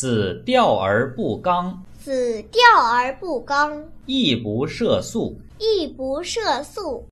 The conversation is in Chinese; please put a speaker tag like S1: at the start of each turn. S1: 子调而不刚，
S2: 子调而不刚，
S1: 亦不涉宿。
S2: 亦不涉宿。